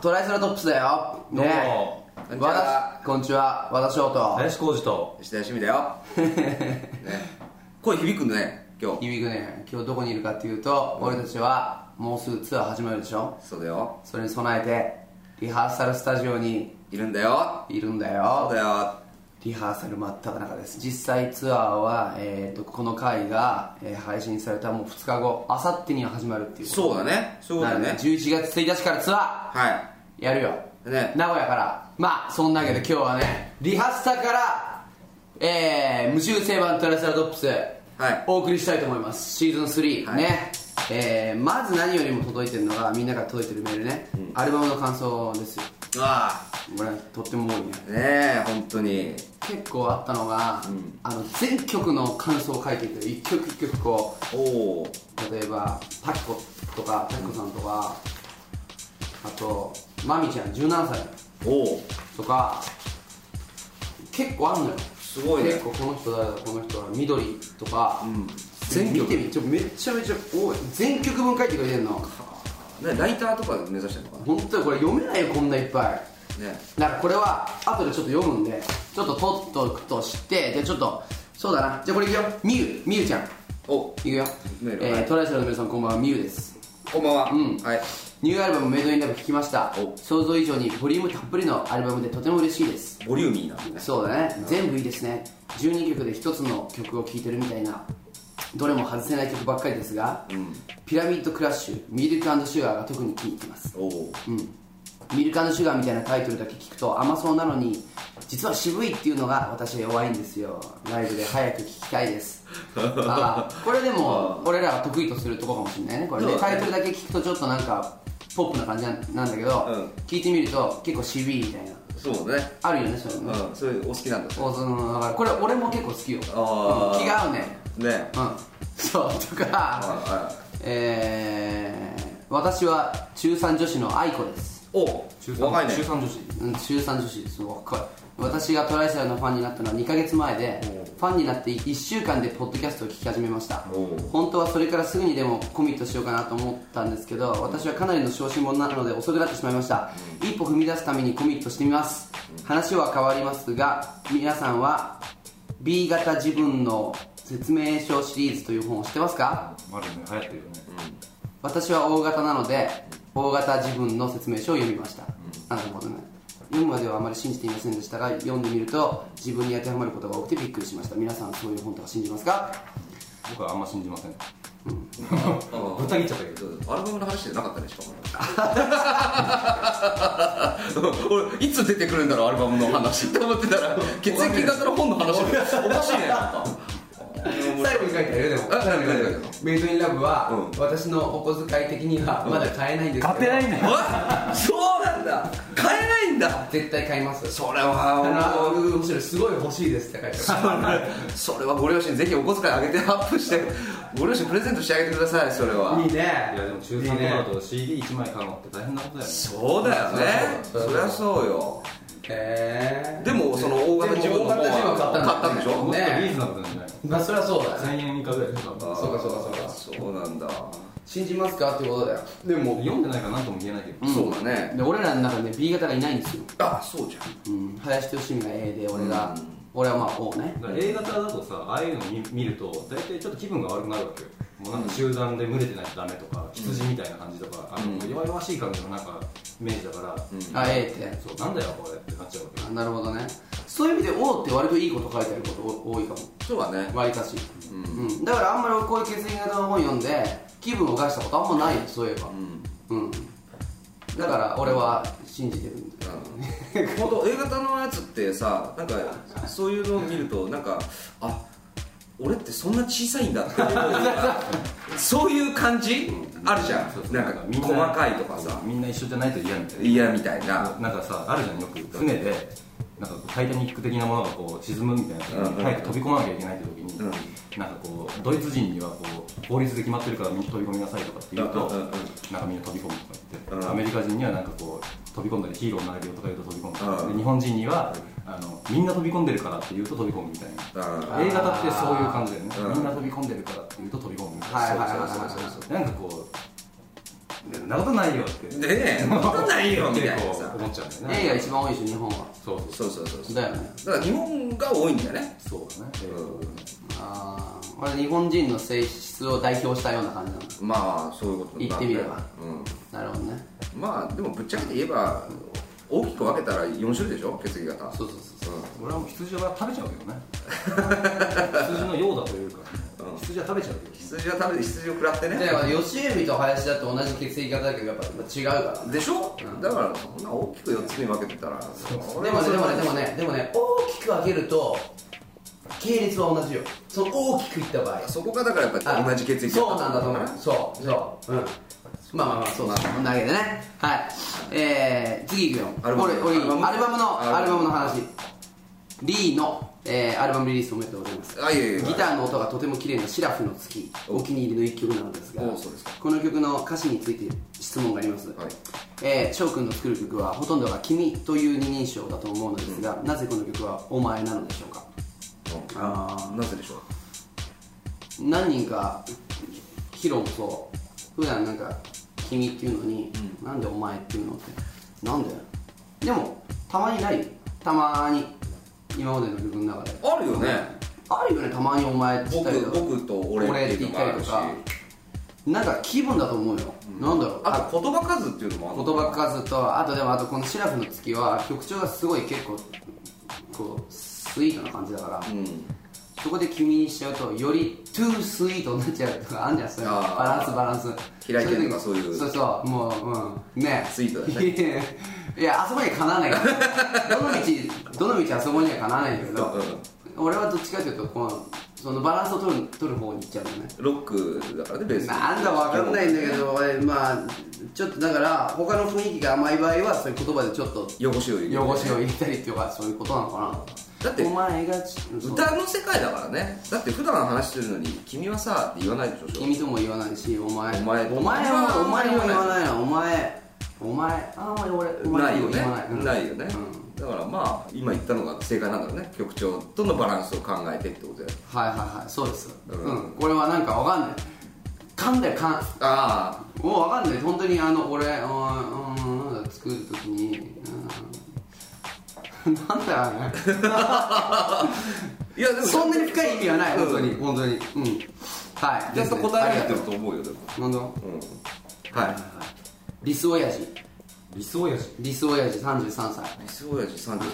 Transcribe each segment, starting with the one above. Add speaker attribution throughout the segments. Speaker 1: トライセラトップスだよ
Speaker 2: どうも
Speaker 1: こんにちはこんにちは和田翔と
Speaker 2: 林浩二と
Speaker 3: 石田よしみだよ、ね、声響くんだね今日
Speaker 1: 響くね今日どこにいるかっていうと俺たちはもうすぐツアー始まるでしょ
Speaker 3: そうだよ
Speaker 1: それに備えてリハーサルスタジオに
Speaker 3: いるんだよ
Speaker 1: いるんだ
Speaker 3: そう
Speaker 1: よ
Speaker 3: だよ
Speaker 1: リハーサル真っ只中です実際ツアーは、えー、とこの回が、えー配信されたもう2日後あさってには始まるっていうこと
Speaker 3: そうだねそういうことだ
Speaker 1: な
Speaker 3: ね
Speaker 1: ので11月1日からツア
Speaker 3: は
Speaker 1: ーやるよ、
Speaker 3: ね
Speaker 1: 名古屋からまあそんなわけで今日はねリハスタから、えー、無修正版トライセラトップス、
Speaker 3: はい
Speaker 1: お送りしたいと思いますシーズン3、
Speaker 3: はい
Speaker 1: ね、えー、まず何よりも届いてるのがみんなから届いてるメールね、アルバムの感想ですよ
Speaker 3: いあ
Speaker 1: これとっても多いね
Speaker 3: あねえ本当に
Speaker 1: 結構あったのが、あの全曲の感想を書いていて一曲一曲こ
Speaker 3: おお
Speaker 1: う例えばタキコとかタキコさんとか、あとマミちゃん17歳
Speaker 3: おお
Speaker 1: とか結構あんのよ
Speaker 3: すごいね
Speaker 1: 結構この人誰だこの人は緑とか、全曲見てみちょめちゃめちゃ多い全曲分書いてくれてんの
Speaker 3: ねライターとか目指してるのかな
Speaker 1: 本当にこれ読めないよこんないっぱい
Speaker 3: ね
Speaker 1: だからこれは後でちょっと読むんでちょっと取っとくとしてでちょっとそうだなじゃあこれいくよみゆみゆちゃんい
Speaker 3: お
Speaker 1: くよ、え
Speaker 3: メールは
Speaker 1: ー
Speaker 3: い
Speaker 1: トライセルの皆さんこんばんはみゆです
Speaker 3: こんばんは、
Speaker 1: ん
Speaker 3: はい
Speaker 1: ニューアルバム「メイドインラブ」聴きました
Speaker 3: お
Speaker 1: 想像以上にボリュームたっぷりのアルバムでとても嬉しいです
Speaker 3: ボリューミーなんでね
Speaker 1: そうだね全部いいですね12曲で1つの曲を聴いてるみたいなどれも外せない曲ばっかりですが、ピラミッドクラッシュミルクシュガーが特に気に入ってます
Speaker 3: おお
Speaker 1: うん、ミルクシュガーみたいなタイトルだけ聞くと甘そうなのに実は渋いっていうのが私は弱いんですよライブで早く聞きたいです あーこれでも俺らは得意とするとこかもしれないねこれね
Speaker 3: そうだ
Speaker 1: タ
Speaker 3: ね
Speaker 1: イトルだけ聞くとちょっとなんかポップな感じなんなんだけど、
Speaker 3: うん
Speaker 1: 聞いてみると結構渋いみたいな
Speaker 3: そうだね
Speaker 1: あるよねそういうのね、
Speaker 3: うんそういうお好きなんだ
Speaker 1: おそのだからこれ俺も結構好きよ、うん、気
Speaker 3: あー
Speaker 1: が合うね
Speaker 3: ね
Speaker 1: うんそうとか
Speaker 3: あ
Speaker 1: えー、私は中3女子の愛子です
Speaker 3: お若いね
Speaker 2: 中3女子
Speaker 1: うん中3女子です若い私がトライセラのファンになったのは2ヶ月前でファンになって1週間でポッドキャストを聞き始めました
Speaker 3: おう
Speaker 1: 本当はそれからすぐにでもコミットしようかなと思ったんですけど私はかなりの小心者なので遅くなってしまいました一歩踏み出すためにコミットしてみます話は変わりますが皆さんは B 型自分の説明書シリーズという本を知ってますか
Speaker 2: まるね流行ってるよね
Speaker 1: 私は O 型なので O 型自分の説明書を読みました、なるほどね読むまではあまり信じていませんでしたが読んでみると自分に当てはまることが多くてびっくりしました皆さんそういう本とか信じますか
Speaker 2: 僕はあんま信じませんぶった切っちゃったけど
Speaker 3: アルバムの話じゃなかったねしかも俺いつ出てくるんだろうアルバムの話って思ってたら血液型の本の話おかしいねなんか
Speaker 1: 最後に書いてあるよでも
Speaker 3: あ何何何何
Speaker 1: メイドインラブは、
Speaker 3: うん
Speaker 1: 私のお小遣い的にはまだ買えないんですけど
Speaker 2: んだ
Speaker 3: わそうなんだ買えないんだ
Speaker 1: 絶対買います
Speaker 3: それ
Speaker 1: あの
Speaker 3: は
Speaker 1: 面白いすごい欲しいですって書いてある
Speaker 3: それはご両親ぜひお小遣いあげてアップしてご両親プレゼントしてあげてくださいそれはい
Speaker 1: いね
Speaker 2: いやでも中3とかだと CD1 枚買うのって大変なことだよね
Speaker 3: そうだよねそりゃそうよ
Speaker 1: へえ
Speaker 3: でもその大型自
Speaker 1: で
Speaker 3: 分の方
Speaker 1: も大型自分
Speaker 3: は
Speaker 1: は買ったんだよね
Speaker 3: 買ったんでしょ
Speaker 2: もっとリ
Speaker 1: ね
Speaker 2: ーズナブルなんじゃない
Speaker 1: まあそれはそうだね
Speaker 2: 1000円以下ぐらいでしょ多分
Speaker 1: そうかそうかそうか
Speaker 3: そうなんだ
Speaker 1: 信じますかってことだよでも
Speaker 2: 読んでないから何とも言えないけど
Speaker 3: そうだね
Speaker 1: で俺らの中でね B 型がいないんですよ、
Speaker 3: あそうじゃん
Speaker 1: うん、林と美が A で俺が、俺はまあ O ね
Speaker 2: だから A 型だとさああいうの見見ると大体ちょっと気分が悪くなるわけよもうなんか集団で群れてないとダメとか羊みたいな感じとか、あの弱々しい感じのなんかイメージだから、
Speaker 1: あ A って
Speaker 2: そうなんだよこれってなっちゃうわけよ
Speaker 1: あなるほどねそういう意味で O って割といいこと書いてあること多いかも
Speaker 3: そうだね
Speaker 1: 割かし、うんだからあんまり俺こういう血液型の本読んで気分を害したことあんまないよそういえばうん、だから俺は信じてるんだよ
Speaker 3: 本当 A 型のやつってさなんかそういうのを見るとなんかあ俺ってそんな小さいんだって思うよう なそういう感じあるじゃ
Speaker 2: そうそ
Speaker 3: ん
Speaker 2: う
Speaker 3: なんか細かいとかさ
Speaker 2: みんな一緒じゃないと嫌みたいな
Speaker 3: 嫌みたいな
Speaker 2: なんかさあるじゃんよく船でなんかこうタイタニック的なものがこう沈むみたいな時
Speaker 3: うんうんうん
Speaker 2: に早く飛び込まなきゃいけないって時に、
Speaker 3: うん
Speaker 2: なんかこうドイツ人にはこう法律で決まってるからみんな飛び込みなさいとかって言うと、
Speaker 3: うんうんうん
Speaker 2: なんかみんな飛び込むとか言って、
Speaker 3: うん
Speaker 2: アメリカ人にはなんかこう飛び込んだりヒーローになれるよとか言うと飛び込むとか、
Speaker 3: うん
Speaker 2: で日本人にはあのみんな飛び込んでるからって言うと飛び込むみたいな。
Speaker 3: うん
Speaker 2: A 型ってそういう感じだよね、
Speaker 3: うん
Speaker 2: みんな飛び込んでるからって言うと飛び込むみたいな、
Speaker 1: はいはいはい
Speaker 3: そうそうそう
Speaker 1: は
Speaker 3: そう
Speaker 2: なんかこう
Speaker 4: そんなことないよって
Speaker 3: ねえそんなことないよみたいな
Speaker 4: 結構
Speaker 3: さ
Speaker 4: 思っちゃうんだよね
Speaker 1: A が一番多いでしょ日本は
Speaker 4: そうそう
Speaker 3: そうそうそうそう
Speaker 1: だよね
Speaker 3: だから日本が多いんだよね
Speaker 4: そうだね、
Speaker 1: ああ俺日本人の性質を代表したような感じなの
Speaker 3: まあそういうことに
Speaker 1: 言
Speaker 3: な
Speaker 1: ってみれば
Speaker 3: う
Speaker 1: なるほどね
Speaker 3: ん、まあでもぶっちゃけて言えば大きく分けたら4種類でしょ血液型
Speaker 1: そうそうそう
Speaker 4: 俺はもう羊は食べちゃうけどね 羊のようだというか、
Speaker 3: うん
Speaker 4: 羊は食べちゃうけど
Speaker 3: 羊は食べて羊を食らって
Speaker 1: だ
Speaker 3: ね
Speaker 1: から吉江と林だって同じ血液型だけどやっぱ違うからね
Speaker 3: でしょ、だからそんな大きく4つに分けてたら
Speaker 1: でもねでもねでもねでもね大きく分けると系列は同じよその大きくいった場合
Speaker 3: そこがだからやっぱ
Speaker 1: あ
Speaker 3: 同じ血液型
Speaker 1: そうなんだと思うそうそううんまあまあまあそうだそんなわけでねはいえー、次いくよ
Speaker 3: アルバム
Speaker 1: 俺俺
Speaker 3: アルバム
Speaker 1: アルバムの
Speaker 3: ア
Speaker 1: ア
Speaker 3: ルバム
Speaker 1: ルバムの話リーの、えーアルバムリリースおめでとうございます
Speaker 3: あいやいやいや
Speaker 1: ギターの音がとても綺麗なシラフの月
Speaker 3: お
Speaker 1: お気に入りの一曲なのですが
Speaker 3: おそうですか
Speaker 1: この曲の歌詞について質問があります、
Speaker 3: はい
Speaker 1: えー翔くんの作る曲はほとんどが「君」という二人称だと思うのですが、なぜこの曲は「お前」なのでしょうか
Speaker 3: うん
Speaker 1: あ
Speaker 3: なぜでしょう
Speaker 1: 何人かヒロもそう普段なんか「君」っていうのに、なんで「お前」っていうのってなんででもたまにないたまに今までの曲の中で
Speaker 3: あるよね
Speaker 1: あるよねたまに「お前」って言ったり
Speaker 3: 僕
Speaker 1: とか
Speaker 3: 僕と俺っていうのもあるし
Speaker 1: 俺ってなんか気分だと思うよ、なんだろう
Speaker 3: あと言葉数っていうのもある
Speaker 1: 言
Speaker 3: のかな
Speaker 1: 葉数とあとでもあとこの「シラフの月」は曲調がすごい結構こうスイートな感じだから、
Speaker 3: うん
Speaker 1: そこで君にしちゃうとよりトゥースイートになっちゃうとかあんじゃんそういうの
Speaker 3: あー
Speaker 1: バランスバランス
Speaker 3: 開いてるとかそういう
Speaker 1: そうそうもううんね
Speaker 3: スイートだ
Speaker 1: ね いやあそこにはかなわないからどの道どの道あそこにはかなわないんだけど俺はどっちかというとこのそのバランスを取る取る方に行っちゃうんだよね
Speaker 3: ロックだからねベース
Speaker 1: なんだわかんないんだけど、俺まあちょっとだから他の雰囲気が甘い場合はそういう言葉でちょっと
Speaker 3: 汚しを入れる
Speaker 1: 汚しを入れたりっていうかそういうことなのかな
Speaker 3: だって
Speaker 1: お前がち
Speaker 3: 歌の世界だからねだって普段話してるのに「君はさ」って言わないでしょ正直
Speaker 1: 君とも言わないしお前
Speaker 3: お前
Speaker 1: お前はお
Speaker 3: お前
Speaker 1: 前も言わないなお前お前あんまり俺お前
Speaker 3: ないよ
Speaker 1: も
Speaker 3: ね
Speaker 1: 言わないうん
Speaker 3: ないよね、
Speaker 1: う
Speaker 3: だからまあ今言ったのが正解なんだろうね曲調とのバランスを考えてってことで
Speaker 1: はいはいはいそうです
Speaker 3: う
Speaker 1: うんんこれはなんかわかんない噛んだよ噛ん
Speaker 3: あ
Speaker 1: もうわかんない本当にあの俺うんうんなんだ作るときにうん なんだよね
Speaker 3: あいやでも
Speaker 1: そんなに深い意味はない、
Speaker 3: うん
Speaker 1: 本当に、本当に。うん。はい。
Speaker 3: ちゃんと答えられて
Speaker 1: あ
Speaker 3: ると思うよでも
Speaker 1: りがとう。なんだ
Speaker 3: うんはい
Speaker 1: リス親父。
Speaker 4: 理想やし
Speaker 1: リス親父33歳。
Speaker 3: ミス親父33歳な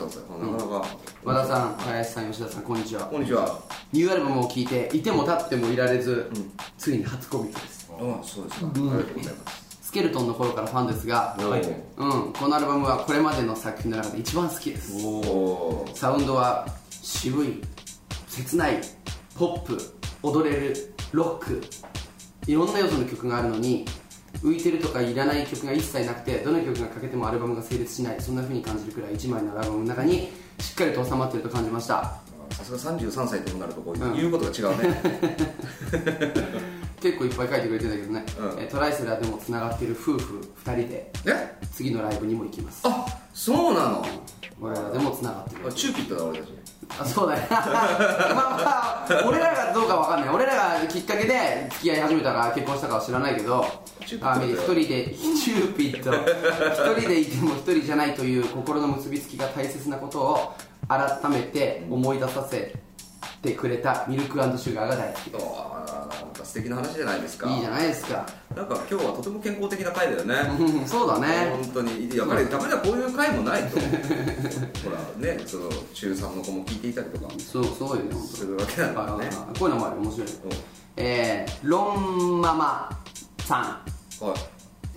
Speaker 3: かなか、
Speaker 1: 和田さん、林さん、吉田さん、こんにちは。
Speaker 3: こんにちは
Speaker 1: ニューアルバムを聴いて、いても立ってもいられず、ついに初コミックです。
Speaker 3: ああそうですか、ありがとうございます
Speaker 1: スケルトンの頃からファンですが、
Speaker 4: はい
Speaker 1: うん、このアルバムはこれまでの作品の中で一番好きです。
Speaker 3: おおー
Speaker 1: サウンドは渋い切ないポップ踊れるロックいろんな要素の曲があるのに浮いてるとかいらない曲が一切なくてどの曲がかけてもアルバムが成立しないそんな風に感じるくらい1枚のアルバムの中にしっかりと収まってると感じました
Speaker 3: さすが33歳となるとこう、
Speaker 1: ん
Speaker 3: 言うことが違う ね
Speaker 1: 結構いっぱい書いてくれてんだけどね、
Speaker 3: うん
Speaker 1: えートライセラーでもつながってる夫婦2人で
Speaker 3: え
Speaker 1: 次のライブにも行きます
Speaker 3: あそうなの
Speaker 1: 我らでもつながってる
Speaker 3: あチューピットだ俺たち
Speaker 1: あそうだね まあまあ俺らがどうかわかんない俺らがきっかけで付き合い始めたか結婚したかは知らないけど
Speaker 3: チューピッドだ
Speaker 1: あ
Speaker 3: よ
Speaker 1: 一人でチューピッド一人でいても一人じゃないという心の結びつきが大切なことを改めて思い出させてくれたミルクシュガーが大好き
Speaker 3: ああなんか素敵な話じゃないですか
Speaker 1: いいじゃないですか
Speaker 3: なんか今日はとても健康的な回だよね
Speaker 1: うんそうだね
Speaker 3: 本当にいやっぱりたまにはこういう回もないとほらねその中3の子も聞いていたりとか
Speaker 1: そうそうよね本
Speaker 3: するわけなんだ
Speaker 1: 当
Speaker 3: よね
Speaker 1: こういうのもある面白いえー、ロンママさん
Speaker 3: おはい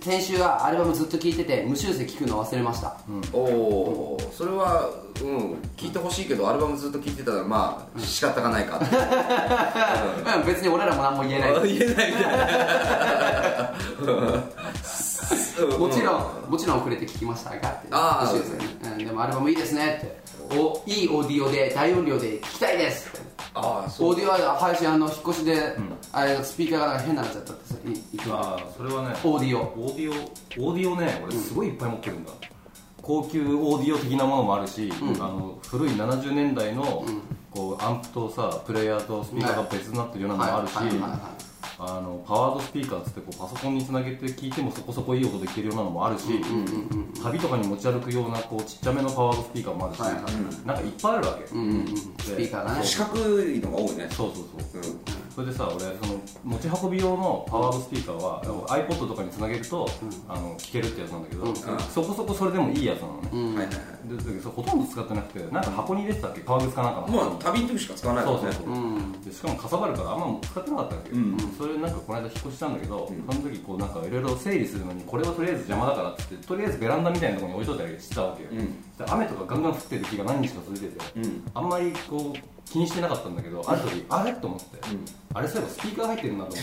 Speaker 1: 先週はアルバムずっと聴いてて無修正聴くの忘れました、
Speaker 3: おおーそれはうん聞いてほしいけどアルバムずっと聞いてたらまあ仕方がないかって
Speaker 1: うん別に俺らも何も言えない
Speaker 3: 言えないみたいなう
Speaker 1: もちろんもちろん遅れて聴きましたがって
Speaker 3: あー
Speaker 1: 無修正ねうん、でもアルバムいいですねっておいいオーディオで大音量で聴きたいです
Speaker 3: ああそう
Speaker 1: オーディオは配信あの引っ越しで、あれスピーカーがなんか変なのちゃったってさいいくわ
Speaker 4: ああそれはね
Speaker 1: オーディオ
Speaker 4: オーディオオーディオね俺すごいいっぱい持ってるんだ、高級オーディオ的なものもあるし、あの古い70年代の、こうアンプとさプレイヤーとスピーカーが別になってるようなのもあるし、
Speaker 1: はいはいはいはい
Speaker 2: あのパワードスピーカーっつってこうパソコンにつなげて聞いてもそこそこいい音で聞けるようなのもあるし、旅とかに持ち歩くようなこうちっちゃめのパワードスピーカーもあるし、
Speaker 1: はいはいは
Speaker 2: なんかいっぱいあるわけ、
Speaker 1: うんうんうんスピーカーがね
Speaker 3: 四角いのが多いね
Speaker 2: そうそうそう
Speaker 3: うん
Speaker 2: それでさ俺その持ち運び用のパワードスピーカーは、iPod とかにつなげると、あの聞けるってやつなんだけど、
Speaker 1: うん
Speaker 2: そこそこそれでもいいやつなのね、
Speaker 1: うん
Speaker 3: はいはいは
Speaker 2: でだけどそれほとんど使ってなくてなんか箱に入れてたっけ革靴かなんかの
Speaker 3: いもう旅の時しか使わない
Speaker 2: そ
Speaker 3: も
Speaker 2: うんそう
Speaker 3: ね
Speaker 2: そう、
Speaker 1: うん
Speaker 2: でしかもかさばるからあんま使ってなかったんだけど、
Speaker 3: うん
Speaker 2: それなんかこの間引っ越ししたんだけど、その時こうなんかいろいろ整理するのにこれはとりあえず邪魔だからって言ってとりあえずベランダみたいなところに置いといたりしてたわけよ、
Speaker 3: うん
Speaker 2: で雨とかガンガン降ってる日が何日か続いてて、
Speaker 3: うん
Speaker 2: あんまりこう気にしてなかったんだけどある時あれと思って、
Speaker 3: うん
Speaker 2: あれそういえばスピーカー入ってるなと思って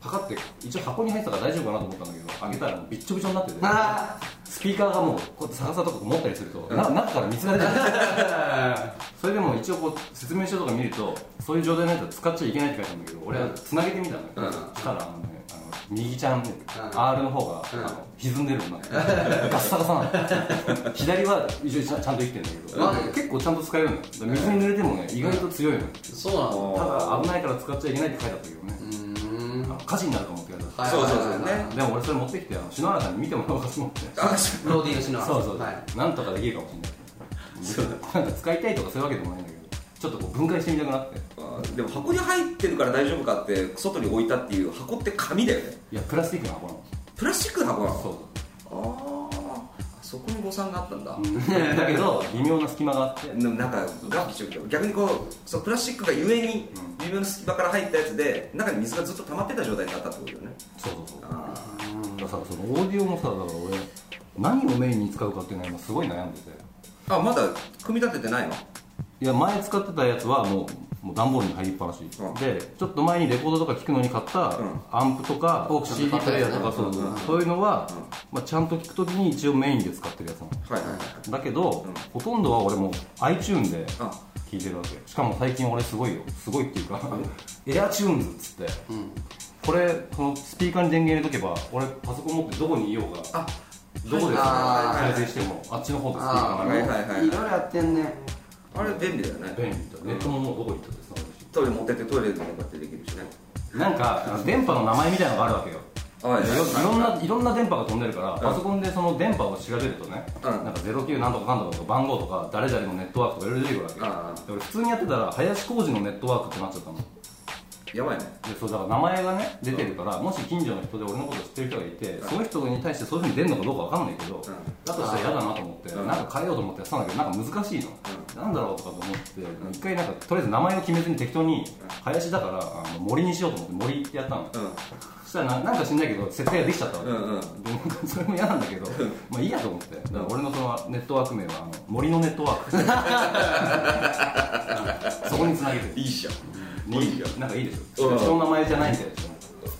Speaker 2: パカって一応箱に入ってたから大丈夫かなと思ったんだけど開けたらびっちょびちょになってて
Speaker 1: あ
Speaker 2: スピーカーがもうこうやって逆さとか持ったりすると、な中から水が出てくるそれでも一応こう説明書とか見るとそういう状態のやつは使っちゃいけないって書いてあるんだけど俺は繋げてみたんだけど、
Speaker 3: うん
Speaker 2: そしたらあのねあの右ちゃんね、
Speaker 1: ん
Speaker 2: R の方が、
Speaker 1: ん
Speaker 2: あの歪んでるもんなんかガッサガサなの左は一応ちゃんと生きてるんだけど、
Speaker 1: うん
Speaker 2: 結構ちゃんと使えるのよだから水に濡れてもね意外と強いのよ、
Speaker 1: そうなの
Speaker 2: ただ危ないから使っちゃいけないって書いてあったけどね、
Speaker 1: うーん
Speaker 2: あの火事になると思って書いてあっ
Speaker 1: はい
Speaker 3: そうそうそうね
Speaker 2: たでも俺それ持ってきてあの篠原さんに見てもらおうかと思って
Speaker 3: あそう
Speaker 1: ローディーのシノ
Speaker 2: そうそう、
Speaker 1: はい
Speaker 2: なんとかできるかもしれないそうなんか使いたいとかそういうわけでもないんだけどちょっとこう分解してみたくなって
Speaker 3: あでも箱に入ってるから大丈夫かって外に置いたっていう箱って紙だよね
Speaker 2: いやプラスチックの箱なの
Speaker 3: プラスチックの箱なの
Speaker 2: そう
Speaker 3: ああそこに誤算があったんだ、
Speaker 2: だだけど微妙な隙間があって
Speaker 3: でもなんかガッキーちょっと逆にこうそうプラスチックがゆえに微妙な隙間から入ったやつで中に水がずっと溜まってた状態になったってことよね
Speaker 2: そうそうそうだか
Speaker 3: ああ
Speaker 2: らさそのオーディオもさだから俺何をメインに使うかっていうのは今すごい悩んでて
Speaker 3: あまだ組み立ててないの
Speaker 2: いや前使ってたやつはもうもう段ボールに入りっぱなし、
Speaker 3: うん
Speaker 2: でちょっと前にレコードとか聴くのに買った
Speaker 3: うん
Speaker 2: アンプとか
Speaker 1: オークションで
Speaker 2: CD
Speaker 1: 買っ
Speaker 2: プ
Speaker 1: た
Speaker 2: レイ
Speaker 1: や
Speaker 2: ヤ
Speaker 1: つね
Speaker 2: ーとかそうそうそういうのは、まあ、ちゃんと聴くときに一応メインで使ってるやつなの
Speaker 3: はいはいはい
Speaker 2: だけど、
Speaker 3: うん
Speaker 2: ほとんどは俺もう iTune で
Speaker 3: あ
Speaker 2: 聴いてるわけしかも最近俺すごいよすごいっていうか AirTunes っつって、これこのスピーカーに電源入れとけば俺パソコン持ってどこにいようが
Speaker 3: あ
Speaker 2: どこで
Speaker 1: あー
Speaker 2: 再生してもあっちの方でスピーカ
Speaker 1: あ
Speaker 2: ー
Speaker 1: ー
Speaker 2: が
Speaker 3: はい
Speaker 2: あ
Speaker 3: はいはい
Speaker 1: いろいろやってんね
Speaker 3: あれ便利だよね
Speaker 2: る便利だネットももうどこ行ったってつながるし
Speaker 3: トイレ持ってってトイレでもこうやってできるしね
Speaker 2: なんかあの電波の名前みたいなのがあるわけよ
Speaker 3: はい
Speaker 2: いろいろんないろんな電波が飛んでるから、パソコンでその電波を調べるとね、
Speaker 3: うん
Speaker 2: なんか09なんとかかんとかとか番号とか誰々のネットワークとかいろいろ出てくるわけ、で俺普通にやってたら林浩二のネットワークってなっちゃったので
Speaker 3: やばいね
Speaker 2: そうだから名前がね出てるから、もし近所の人で俺のこと知ってる人がいて、その人に対してそういうふうに出るのかどうかわかんないけど、だとしたら嫌だなと思って、
Speaker 3: うん
Speaker 2: なんか変えようと思ってやってたんだけどなんか難しいの、なんだろうとかと思って、一回なんかとりあえず名前を決めずに適当に林だからあの森にしようと思って森ってやったの、
Speaker 3: う
Speaker 2: そしたらななんか知んないけど設定ができちゃったわけ、
Speaker 3: んうんうん
Speaker 2: でなんかそれも嫌なんだけどまあいいやと思ってだから俺のそのネットワーク名はあの森のネットワークそこにつなげて
Speaker 3: いいじゃん
Speaker 2: 森なんかいいでし
Speaker 3: う
Speaker 2: ょ
Speaker 3: ん
Speaker 2: 人の名前じゃないんだよ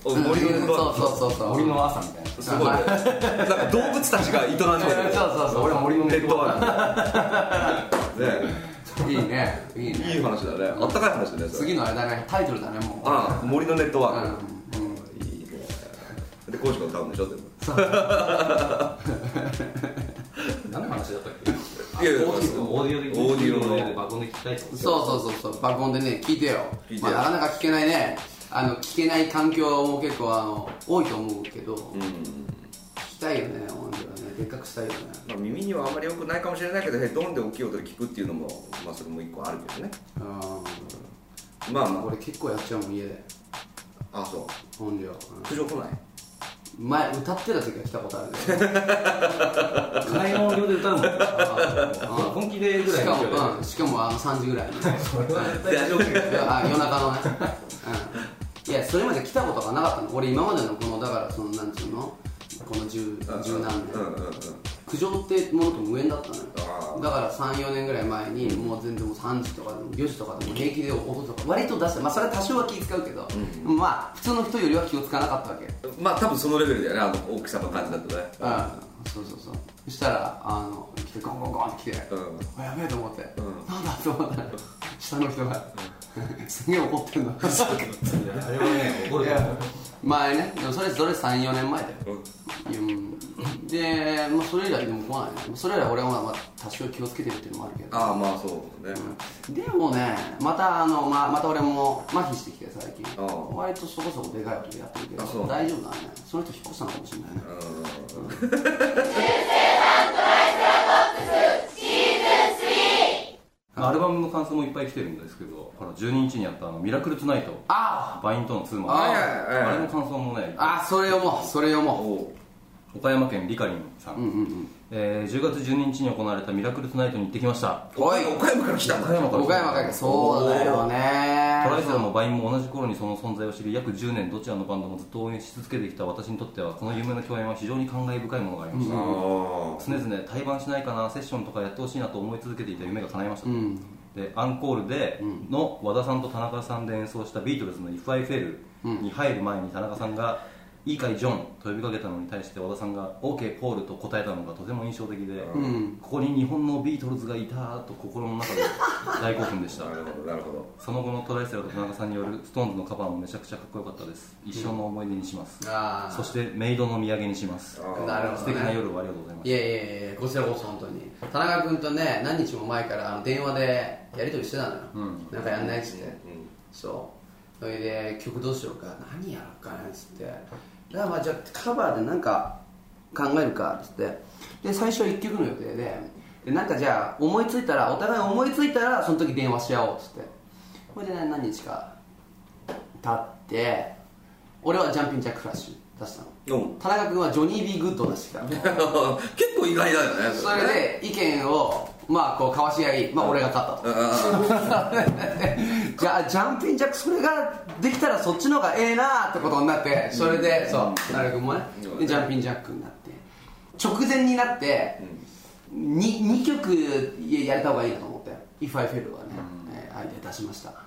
Speaker 3: お森の運動
Speaker 1: そうそうそうそう
Speaker 2: 森の朝みたいな
Speaker 3: すごいねなんか動物たちが営んでる
Speaker 1: そうそうそう
Speaker 2: 俺は森のネッ
Speaker 3: ネッ
Speaker 2: ト
Speaker 3: ト
Speaker 2: ワー
Speaker 3: ワークね
Speaker 1: いいねいいね
Speaker 3: いい話だねあったかい話だねそれ
Speaker 1: 次のあれだねタイトルだねもう
Speaker 3: ああ森のネットワ
Speaker 1: う
Speaker 3: ー
Speaker 1: んうん
Speaker 3: クいいねでコーチが歌うんでしょでも
Speaker 2: ク何の話だったっけ
Speaker 3: いやいや
Speaker 4: オーディオオーディオで
Speaker 3: オーディオの
Speaker 4: で爆音で聞きたいと思って
Speaker 1: そうそうそうそう爆音でね聞いてよ
Speaker 3: 聞いて
Speaker 1: ま
Speaker 3: よ
Speaker 1: あ、なかなか聞けないねあの聞けない環境も結構あの多いと思うけど、聞きたいよね音量ねでっかくしたいよね
Speaker 3: まあ耳にはあんまり良くないかもしれないけどヘッドホンで大きい音で聞くっていうのもまあそれも一個あるけどね
Speaker 1: う
Speaker 3: まあ
Speaker 1: ん
Speaker 3: ま
Speaker 1: 俺結構やっちゃうもん家で
Speaker 3: ああそう
Speaker 1: 音量、うん
Speaker 3: 苦情来ない
Speaker 1: 前歌ってた時は来たことあるね
Speaker 4: 金の量で歌うもん
Speaker 1: あ
Speaker 4: 本気でぐら
Speaker 1: し
Speaker 4: い
Speaker 1: か
Speaker 4: の
Speaker 1: も
Speaker 4: 勢いで、
Speaker 1: うん、しかもあの3時ぐらいに
Speaker 3: 大丈夫
Speaker 1: いやあ夜中のね、うん、いやそれまで来たことがなかったの俺今までのこのだからそのなんていうのこの十十何
Speaker 3: う
Speaker 1: 年
Speaker 3: んうんうんうん
Speaker 1: 苦情ってものと無縁だったのよ
Speaker 3: あ
Speaker 1: だから34年ぐらい前にもう全然もう3時とかでも4時とかでも平気で音とか割と出してまあそれは多少は気使うけど、まあ普通の人よりは気を使わなかったわけ
Speaker 3: あまあ多分そのレベルだよねあの大きさの感じだとね
Speaker 1: うんそうそうそうそしたらあの来てゴンゴンゴンって来て、
Speaker 3: うん
Speaker 1: あやべえと思って、
Speaker 3: ん
Speaker 1: なんだと思ったら下の人が、すげえ怒ってんの
Speaker 4: あれはね怒ると思う
Speaker 1: 前ねでもそれそれ34年前だよ、いやうんで、まあ、それ以来でも来ないねそれ以来俺はまあまあ多少気をつけてるっていうのもあるけど
Speaker 3: ああまあそうね、
Speaker 1: でもねまたあのままた俺も麻痺してきて最近
Speaker 3: ああ
Speaker 1: 割とそこそこでかい音でやってるけ
Speaker 3: あそ
Speaker 1: ど
Speaker 3: う
Speaker 1: 大丈夫だねその人引っ越したのかもしれないね
Speaker 2: アルバムの感想もいっぱい来てるんですけどあの12日にやったあの「ミラクルツナイト」
Speaker 1: あ
Speaker 2: バインとの2も
Speaker 1: あは
Speaker 2: あ
Speaker 1: い
Speaker 3: はいはい
Speaker 2: あれの感想もね
Speaker 1: あああそれ読もうそれ読もう
Speaker 3: おう
Speaker 2: 岡山県リカリンさん,、えー10月12日に行われた「ミラクルツナイト」に行ってきました
Speaker 3: おい岡山から来たんだ
Speaker 2: 岡山から
Speaker 1: 岡山かけそうだよね
Speaker 2: トライソンもバインも同じ頃にその存在を知り約10年どちらのバンドもずっと応援し続けてきた私にとってはこの夢の共演は非常に感慨深いものがありました、
Speaker 3: あ
Speaker 2: 常々対バンしないかなセッションとかやってほしいなと思い続けていた夢が叶いました、
Speaker 1: ん
Speaker 2: でアンコールでの和田さんと田中さんで演奏したビートルズの「If I Fail」に入る前に田中さんが「いいかいジョン」と呼びかけたのに対して和田さんが「OK ポール」と答えたのがとても印象的で、ここに日本のビートルズがいたと心の中で大興奮でした
Speaker 3: あなるほどなるほど
Speaker 2: その後のトライセラと田中さんによる SixTONES のカバーもめちゃくちゃかっこよかったです一生の思い出にします、
Speaker 1: あ
Speaker 2: そしてメイドの土産にします
Speaker 3: あー
Speaker 1: なるほどね
Speaker 2: 素敵な夜をありがとうございま
Speaker 1: い
Speaker 2: し
Speaker 1: やいやいやこちらこそ本当に田中君とね何日も前からあの電話でやり取りしてたのよ、なんかやんないっつって、そうそれで曲どうしようか何やろうかなっつってだからまあじゃあカバーでなんか考えるかっつってで最初1曲の予定ででなんかじゃあ思いついたらお互い思いついたらその時電話し合おうっつってこれで、ね、何日か経って俺はジャンピンジャックフラッシュ出したの
Speaker 3: おう
Speaker 1: 田中君はジョニー・ビー・グッドを出してきたの
Speaker 3: 結構意外だよね
Speaker 1: それで意見をまあこう交わし合い、まあ、俺が勝った と、じゃあジャンピンジャックそれができたらそっちの方がええなってことになってそれで、そう田中君もね
Speaker 3: うん
Speaker 1: でジャンピンジャックになって直前になって、に二 2, 曲やれた方がいいなと思って「If I Fail」はね、えーアイデア出しました
Speaker 2: た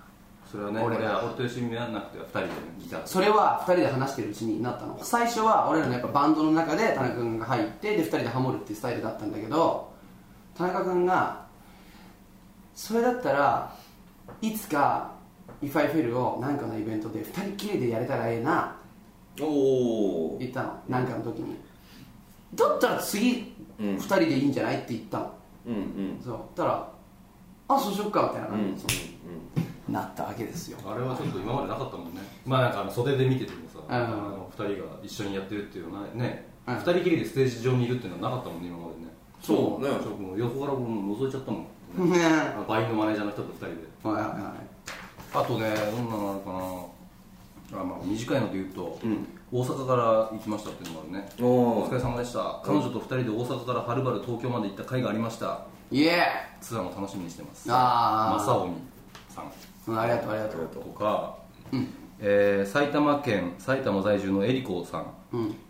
Speaker 2: それはね
Speaker 1: 俺
Speaker 2: 俺は俺と一緒に見らなくて2人でギター
Speaker 1: それは2人で話してるうちになったの最初は俺らのやっぱバンドの中で田中君が入ってで2人でハモるっていうスタイルだったんだけど田中君がそれだったらいつか If I Fail を何かのイベントで2人きりでやれたらええな
Speaker 3: おお
Speaker 1: 言ったの何かの時にだったら次
Speaker 3: うん
Speaker 1: 2人でいいんじゃないって言ったの
Speaker 3: うんうん
Speaker 1: そうだったらあそうしよっかみたいな
Speaker 3: うんう
Speaker 1: 感
Speaker 3: ん
Speaker 1: じでそうなったわけですよ
Speaker 2: あれはちょっと今までなかったもんね
Speaker 4: まあなんかあの袖で見ててもさ、
Speaker 1: うん
Speaker 4: あの二人が一緒にやってるっていうのはね、
Speaker 1: うん
Speaker 4: 二人きりでステージ上にいるっていうのはなかったもんね今までね
Speaker 3: そうね
Speaker 2: ちょっともう横からもう覗いちゃったもん、
Speaker 1: ね
Speaker 2: あのバインのマネージャーの人と二人で
Speaker 1: はいはいはい
Speaker 2: あとねどんなのあるかなあまあ短いので言うと、大阪から行きましたっていうのもあるね
Speaker 3: お
Speaker 2: お
Speaker 3: お
Speaker 2: 疲れ様でした彼女と二人で大阪からはるばる東京まで行った回がありました
Speaker 1: イエ
Speaker 2: ツアーも楽しみにしてます
Speaker 1: あー
Speaker 2: 正臣さん
Speaker 1: ーうんありがとうありがとう
Speaker 2: とか、えー埼玉県埼玉在住のえりこさん、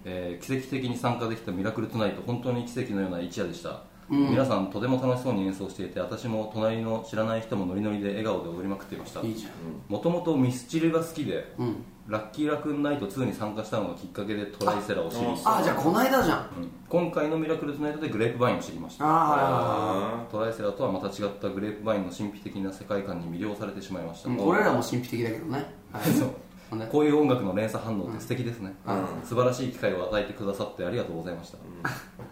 Speaker 2: えー奇跡的に参加できた「ミラクルトゥナイト」本当に奇跡のような一夜でした、皆さんとても楽しそうに演奏していて私も隣の知らない人もノリノリで笑顔で踊りまくっていました
Speaker 1: いいじゃん
Speaker 2: もともとミスチルが好きで、ラッキーラクーンナイト2に参加したのがきっかけでトライセラを知り
Speaker 1: あじゃあこの間じゃん
Speaker 2: うん今回の「ミラクルトゥナイト」でグレープバインを知りました
Speaker 1: あ
Speaker 2: トライセラとはまた違ったグレープバインの神秘的な世界観に魅了されてしまいました、
Speaker 1: 俺らも神秘的だけどね
Speaker 2: そうこういう音楽の連鎖反応って素敵ですね、素晴らしい機会を与えてくださってありがとうございました、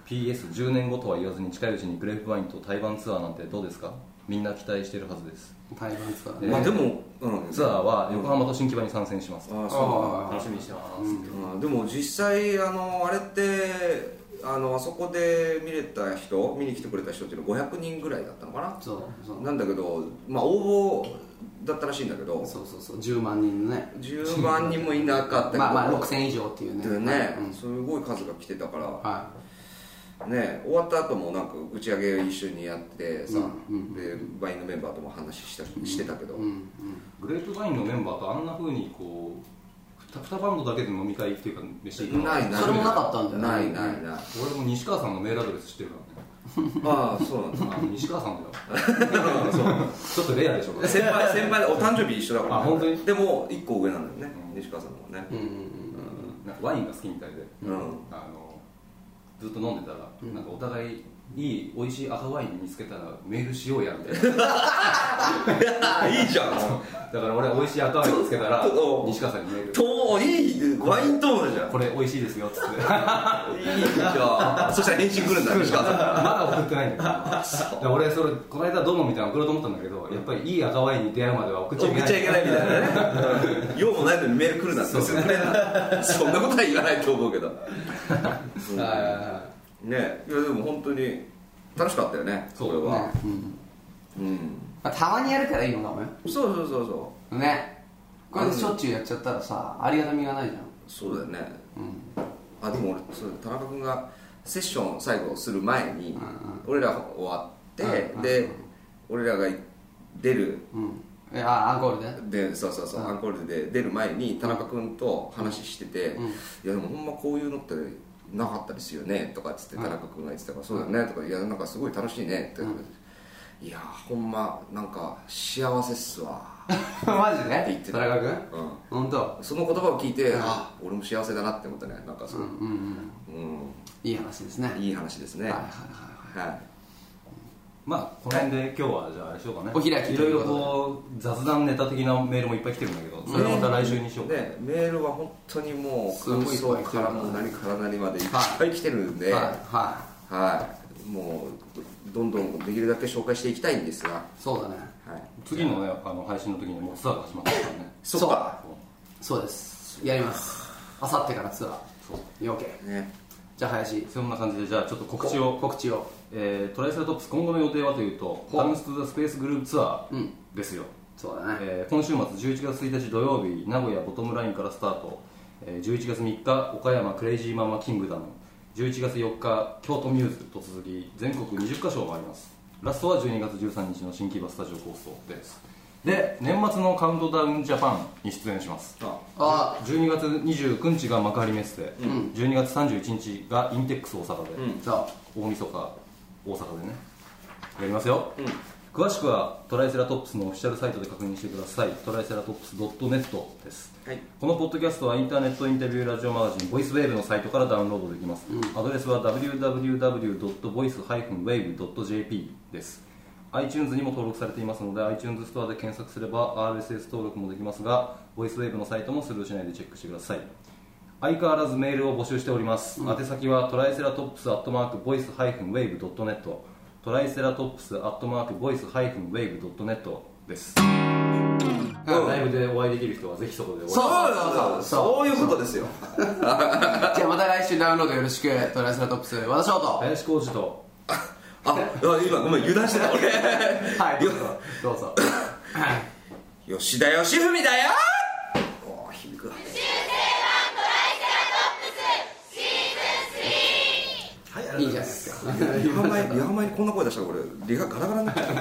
Speaker 2: PS10 年後とは言わずに近いうちにグレープワインと台湾ツアーなんてどうですかみんな期待してるはずです
Speaker 1: 台湾ツアー
Speaker 2: え
Speaker 1: ね
Speaker 2: ー
Speaker 3: まあでもうん
Speaker 2: ツアーは横浜と新木場に参戦します、
Speaker 3: ああそう
Speaker 1: あ
Speaker 2: 楽しみにしてます、
Speaker 3: うんでも実際あのあれってあのあそこで見れた人見に来てくれた人っていうのは500人ぐらいだったのか
Speaker 1: あそうそ
Speaker 3: な
Speaker 1: う
Speaker 3: なんだけどまあ応募だったらしいんだけど
Speaker 1: そうそうそう10万人のね
Speaker 3: 10万人もいなかったけど
Speaker 1: まあまあ6000以上っていうね
Speaker 3: でね
Speaker 1: うん
Speaker 3: すごい数が来てたから
Speaker 1: は
Speaker 3: ね終わった後もなんか打ち上げ一緒にやってさ
Speaker 1: うんうん
Speaker 3: でバインのメンバーとも話したしてたけど
Speaker 1: いうんうん
Speaker 2: グレープワインのメンバーとあんな風にこう 2, バンドだけで飲み会っていうか飯行くの
Speaker 3: ないない
Speaker 1: それもなかったんだよね
Speaker 3: ないないない
Speaker 2: 俺も西川さんのメールアドレス知ってるからね
Speaker 3: ああそうなん だ
Speaker 2: あ西川さんだよそうちょっとレアでしょこれ
Speaker 3: 先輩先輩でお誕生日一緒だから、
Speaker 2: あ本当に
Speaker 3: でも一個上なんだよね、西川さんのもね
Speaker 1: うんうん
Speaker 2: なんかワインが好きみたいで
Speaker 3: うん、
Speaker 2: あのずっと飲んでたら、なんかお互いいい美味しい赤ワイン見つけたらメールしようやみたいな
Speaker 3: いいじゃん
Speaker 2: だから俺美味しい赤ワイン見つけたら
Speaker 3: うん
Speaker 2: 西川さんにメール
Speaker 3: といいワイントーンじゃん
Speaker 2: これ美味しいですよっつって
Speaker 3: いいじゃんそしたら返信来るんだ西川さ
Speaker 4: ま
Speaker 3: ん
Speaker 4: だ送ってないんだけどで俺それこの間どうもみたいなの送ろうと思ったんだけどやっぱりいい赤ワインに出会うまでは送っちゃいけ
Speaker 3: 送っ
Speaker 4: な
Speaker 3: ちゃい
Speaker 4: い
Speaker 3: けないみたいなね用もないのにメール来るなんてそ,、ね、そんなことは言わないと思うけど
Speaker 4: はいはいは
Speaker 3: ねいやでも本当に楽しかったよね
Speaker 4: そう
Speaker 3: これは、
Speaker 1: うん
Speaker 3: うん
Speaker 1: まあ、たまにやるからいいのかもよ
Speaker 3: そうそうそうそ
Speaker 1: ねこれでしょっちゅうやっちゃったらさありがたみがないじゃん
Speaker 3: うそうだよね
Speaker 1: うん
Speaker 3: あでも俺そう田中君がセッション最後する前に、
Speaker 1: うん
Speaker 3: 俺ら終わって、
Speaker 1: うんうん
Speaker 3: で、俺らが出る
Speaker 1: うんえあアンコールで
Speaker 3: でそうそうそう、
Speaker 1: うん
Speaker 3: アンコールで出る前に田中君と話してて、
Speaker 1: うん
Speaker 3: いやでもほんまこういうのってなかったですよねとかっつって
Speaker 1: うん
Speaker 3: 田中君が言ってたから、そうだよねとかいやなんかすごい楽しいねって、いやほんまなんか幸せっすわ
Speaker 1: マジ
Speaker 3: って
Speaker 1: で
Speaker 3: 言ってた
Speaker 1: 田中君
Speaker 3: うん
Speaker 1: 本当
Speaker 3: その言葉を聞いて、
Speaker 1: うん
Speaker 3: あ俺も幸せだなって思ったねなんか
Speaker 1: う
Speaker 3: そ
Speaker 1: ん
Speaker 3: う、
Speaker 1: うんうん
Speaker 3: うん
Speaker 1: いい話ですねはい
Speaker 3: いい話です
Speaker 1: は
Speaker 3: ね
Speaker 1: いは
Speaker 3: はい
Speaker 1: はい
Speaker 3: い
Speaker 2: まあこの辺で今日はじゃああれしようかね
Speaker 1: お開き
Speaker 2: い
Speaker 1: と
Speaker 2: ろ
Speaker 1: い
Speaker 2: いうろ
Speaker 1: ことで
Speaker 2: こう雑談ネタ的なメールもいっぱい来てるんだけどそれはまた来週にしようか
Speaker 3: ねメールは本当にもう
Speaker 1: すごいいっぱい来てる
Speaker 3: 感想からもう何から何までいっぱい来てるんで、
Speaker 1: はいは
Speaker 3: はい、もうどんどんできるだけ紹介していきたいんですが、
Speaker 1: いそうだね
Speaker 3: はい、
Speaker 2: 次のねあの配信の時にはもうツアーが始まってるからね
Speaker 3: そっか
Speaker 1: そうですやりますあさってからツアーそうよけ
Speaker 3: ね、
Speaker 1: じゃあ林
Speaker 2: そんな感じでじゃあちょっと告知を
Speaker 1: 告知を
Speaker 2: えートライセラトップス今後の予定はというと「
Speaker 1: ほう
Speaker 2: タウンス・トゥ・ザ・スペース・グループ・ツア
Speaker 1: う
Speaker 2: ー
Speaker 1: ん」
Speaker 2: ですよ、
Speaker 1: そうだね
Speaker 2: えー今週末11月1日土曜日名古屋ボトムラインからスタート、えー11月3日岡山クレイジーママキングダム11月4日京都ミューズと続き全国20カ所回りますラストは12月13日の新木場スタジオ構想ですで年末のカウントダウンジャパンに出演します
Speaker 3: あ
Speaker 1: あ
Speaker 2: 12月29日が幕張メッセ、
Speaker 1: ん
Speaker 2: 12月31日がインテックス大阪で、
Speaker 3: うん
Speaker 1: そう
Speaker 2: 大晦日大阪でねやりますよ、詳しくはトライセラトップスのオフィシャルサイトで確認してくださいトライセラトップス .net です
Speaker 3: はい、
Speaker 2: このポッドキャストはインターネットインタビューラジオマガジンボイスウェーブのサイトからダウンロードできます、アドレスは www.voice-wave.jp です iTunes にも登録されていますので iTunes ストアで検索すれば RSS 登録もできますがボイスウェーブのサイトもスルーしないでチェックしてください相変わらずメールを募集しております、宛先はトライセラトップスアットマークボイスハイフンウェイブドットネットトライセラトップスアットマークボイスハイフンウェイブドットネットです、
Speaker 1: うん
Speaker 2: ライブでお会いできる人はぜひそこでお会いしましょう
Speaker 1: そうそうそう
Speaker 3: そういうことですよ。
Speaker 1: じゃあまた来週ダウンロードよろしくトライセラトップス和田翔と
Speaker 2: 林浩二と
Speaker 3: あ、あ今ごめん油断してた俺。
Speaker 1: はいどうぞどうぞ
Speaker 3: 吉田義文だよ。おー響く わ。
Speaker 1: いいじゃないですか
Speaker 3: リハ前リハ前にこんな声出したら俺リハガラガラになっちゃう。